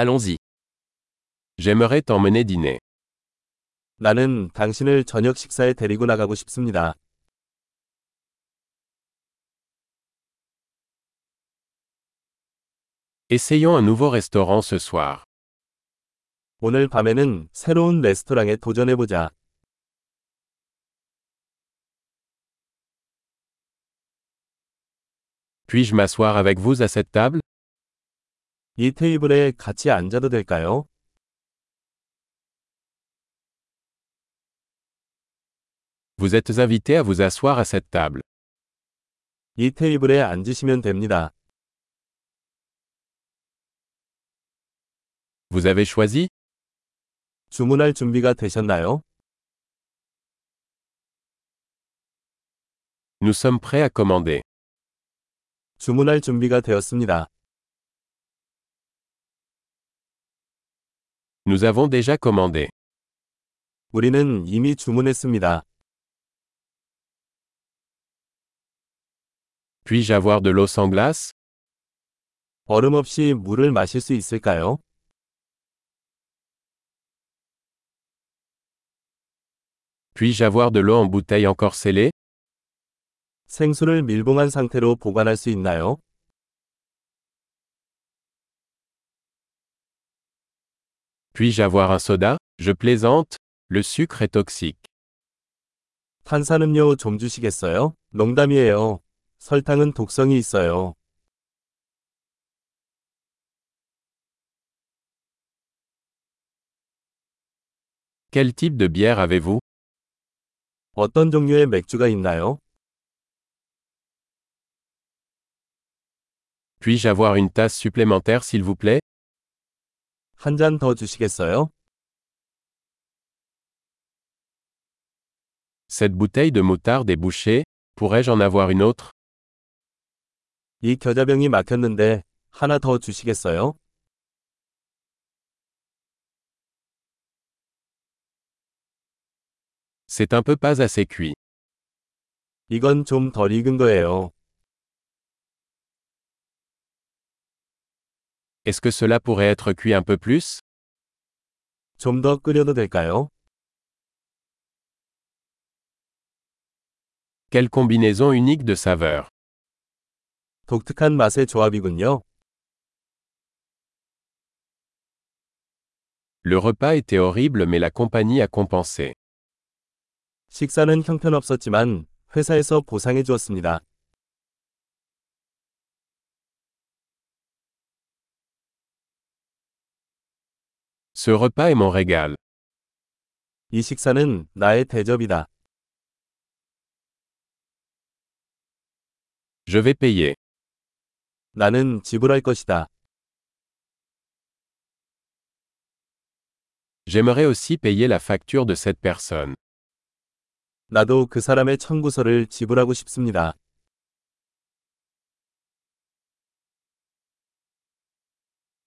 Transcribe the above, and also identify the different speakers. Speaker 1: Allons-y. J'aimerais t'emmener dîner.
Speaker 2: 나는 당신을 저녁 식사에 데리고 나가고 싶습니다.
Speaker 1: Essayons un nouveau restaurant ce soir.
Speaker 2: 오늘 밤에는 새로운 레스토랑에 도전해보자.
Speaker 1: Puis-je m'asseoir avec vous à cette table
Speaker 2: 이 테이블에 같이 앉아도 될까요?
Speaker 1: Vous êtes invité à vous asseoir à cette table.
Speaker 2: 이 테이블에 앉으시면 됩니다.
Speaker 1: Vous avez choisi
Speaker 2: 주문할 준비가 되셨나요?
Speaker 1: Nous sommes prêts à commander.
Speaker 2: 주문할 준비가 되었습니다.
Speaker 1: Nous avons déjà commandé.
Speaker 2: 우리는 이미 주문했습니다.
Speaker 1: Puis-je avoir de l'eau sans glace
Speaker 2: 얼음 없이 물을 마실 수 있을까요?
Speaker 1: Puis-je avoir de l'eau en bouteille encore scellée
Speaker 2: 생수를 밀봉한 상태로 보관할 수 있나요?
Speaker 1: Puis-je avoir un soda Je plaisante. Le sucre est toxique.
Speaker 2: 탄산음료 좀 주시겠어요? 농담이에요. 설탕은 독성이 있어요.
Speaker 1: Quel type de bière avez-vous
Speaker 2: 어떤 종류의 맥주가 있나요?
Speaker 1: Puis-je avoir une tasse supplémentaire s'il vous plaît
Speaker 2: 한 잔 더 주시겠어요?
Speaker 1: Cette bouteille de moutarde est bouchée. Pourrais-je en avoir une autre
Speaker 2: 이 겨자병이 막혔는데 하나 더 주시겠어요?
Speaker 1: C'est un peu pas assez cuit.
Speaker 2: 이건 좀 덜 익은 거예요.
Speaker 1: Est-ce que cela pourrait être cuit un peu plus
Speaker 2: 좀 더 끓여도 될까요?
Speaker 1: Quelle combinaison unique de saveurs.
Speaker 2: 독특한 맛의 조합이군요.
Speaker 1: Le repas était horrible mais la compagnie a compensé.
Speaker 2: 식사는 형편없었지만 회사에서 보상해 주었습니다.
Speaker 1: Ce repas est mon régal.
Speaker 2: 이 식사는 나의 대접이다.
Speaker 1: Je vais payer.
Speaker 2: 나는 지불할 것이다.
Speaker 1: J'aimerais aussi payer la facture de cette personne.
Speaker 2: 나도 그 사람의 청구서를 지불하고 싶습니다.